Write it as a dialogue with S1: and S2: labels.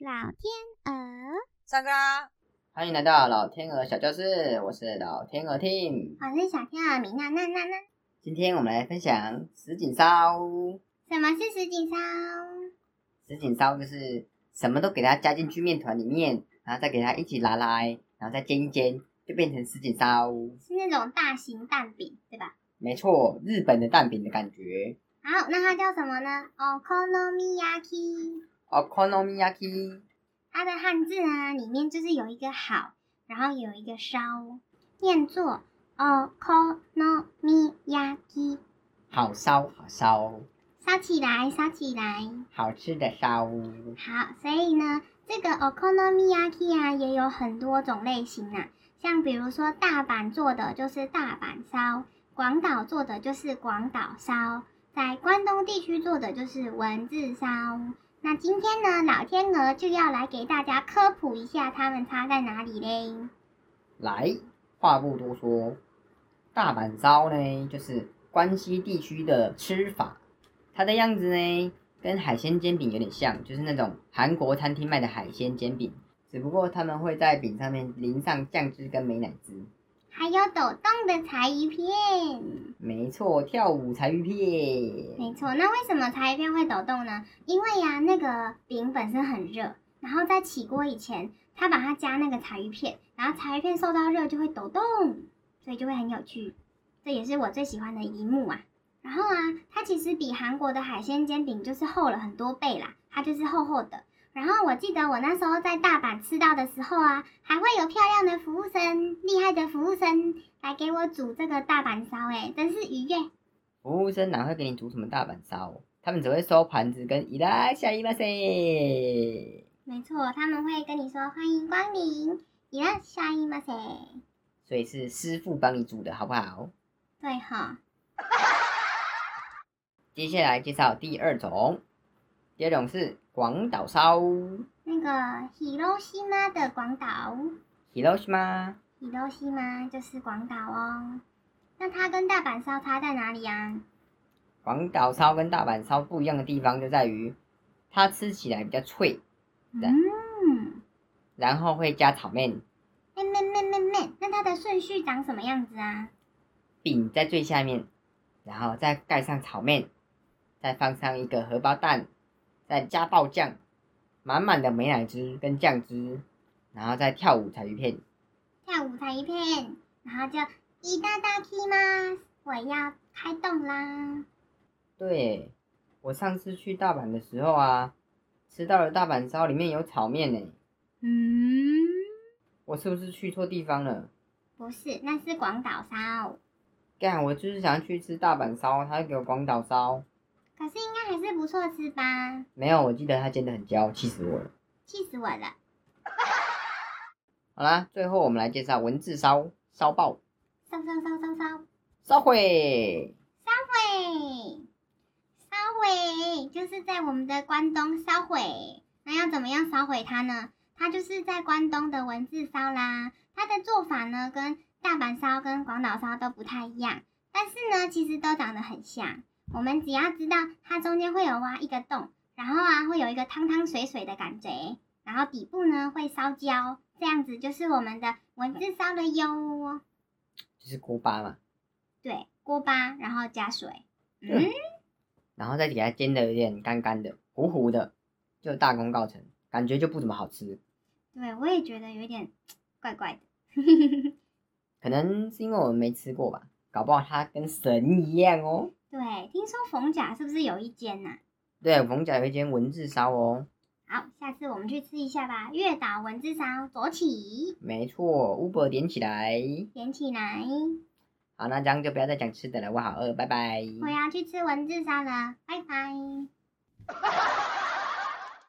S1: 老天鹅，
S2: 上课啦！
S3: 欢迎来到老天鹅小教室，我是老天鹅 Tim。
S1: 我是小天鹅米娜娜娜娜。
S3: 今天我们来分享什锦烧。
S1: 什么是石井烧？
S3: 什锦烧就是什么都给它加进去面团里面，然后再给它一起拿来，然后再煎一煎，就变成什锦烧。
S1: 是那种大型蛋饼，对吧？
S3: 没错，日本的蛋饼的感觉。
S1: 好，那它叫什么呢？okonomiyaki。
S3: Okonomiyaki，
S1: 它的汉字啊，里面就是有一个好，然后有一个烧，念作 okonomiyaki。
S3: 好烧好烧，
S1: 烧起来，烧起来。
S3: 好吃的烧。
S1: 好，所以呢，这个 okonomiyaki 啊也有很多种类型啊，像比如说大阪做的就是大阪烧，广岛做的就是广岛烧，在关东地区做的就是文字烧。那今天呢，老天鹅就要来给大家科普一下它们差在哪里嘞。
S3: 来，话不多说，大阪烧呢，就是关西地区的吃法，它的样子呢，跟海鲜煎饼有点像，就是那种韩国餐厅卖的海鲜煎饼，只不过他们会在饼上面淋上酱汁跟美乃滋。
S1: 还有抖动的柴鱼片。
S3: 没错，跳舞柴鱼片，
S1: 没错，那为什么柴鱼片会抖动呢？因为呀、那个饼本身很热，然后在起锅以前，它把它加那个柴鱼片，然后柴鱼片受到热就会抖动，所以就会很有趣。这也是我最喜欢的一幕啊。然后啊，它其实比韩国的海鲜煎饼就是厚了很多倍啦，它就是厚厚的。然后我记得我那时候在大阪吃到的时候啊，还会有漂亮的服务生、厉害的服务生来给我煮这个大阪烧、哎，真是愉悦。
S3: 服务生哪会给你煮什么大阪烧？他们只会收盘子跟伊拉下伊巴塞。
S1: 没错，他们会跟你说欢迎光临，伊拉下伊马塞。
S3: 所以是师傅帮你煮的好不好？
S1: 对哈，
S3: 接下来介绍第二种，第二种是广岛烧
S1: 那个 Hiroshima 的广岛
S3: ，Hiroshima。
S1: ，Hiroshima 就是广岛哦。那它跟大阪烧差在哪里啊？
S3: 广岛烧跟大阪烧不一样的地方就在于，它吃起来比较脆，对
S1: 嗯，
S3: 然后会加炒面，
S1: 妹妹妹妹妹，那它的顺序长什么样子啊？
S3: 饼在最下面，然后再盖上炒面，再放上一个荷包蛋，再加爆酱，满满的美乃滋跟酱汁，然后再跳舞柴鱼片。
S1: 跳舞台一片，然后就伊达达 K 吗？我要开动啦！
S3: 对，我上次去大阪的时候啊，吃到了大阪烧，里面有炒面呢、欸
S1: 嗯，
S3: 我是不是去错地方了？
S1: 不是，那是广岛烧。
S3: 干，我就是想要去吃大阪烧，他给我广岛烧。
S1: 可是应该还是不错吃吧？
S3: 没有，我记得它煎的很焦，气死我了。
S1: 气死我了！
S3: 好啦，最后我们来介绍文字烧烧爆
S1: 烧烧烧烧烧，
S3: 烧毁。
S1: 毁，烧毁，就是在我们的关东烧毁。那要怎么样烧毁它呢？它就是在关东的文字烧啦。它的做法呢，跟大阪烧跟广岛烧都不太一样，但是呢，其实都长得很像。我们只要知道它中间会有挖一个洞，然后啊，会有一个汤汤水水的感觉，然后底部呢会烧焦，这样子就是我们的文字烧了哟。
S3: 就是锅巴嘛，
S1: 对，锅巴，然后加水。嗯
S3: 嗯。然后再给它煎的有点干干的、糊糊的，就大功告成，感觉就不怎么好吃。
S1: 对，我也觉得有点怪怪的。
S3: 可能是因为我们没吃过吧，搞不好它跟神一样哦。
S1: 对，听说逢甲是不是有一间呐、
S3: 对，逢甲有一间文字烧哦，
S1: 好，下次我们去吃一下吧。月岛文字烧，走起，
S3: 没错，Uber 点起来。
S1: 点起来。
S3: 好，那这样就不要再讲吃的了，我好饿，拜拜。
S1: 我要去吃文字烧了，拜拜。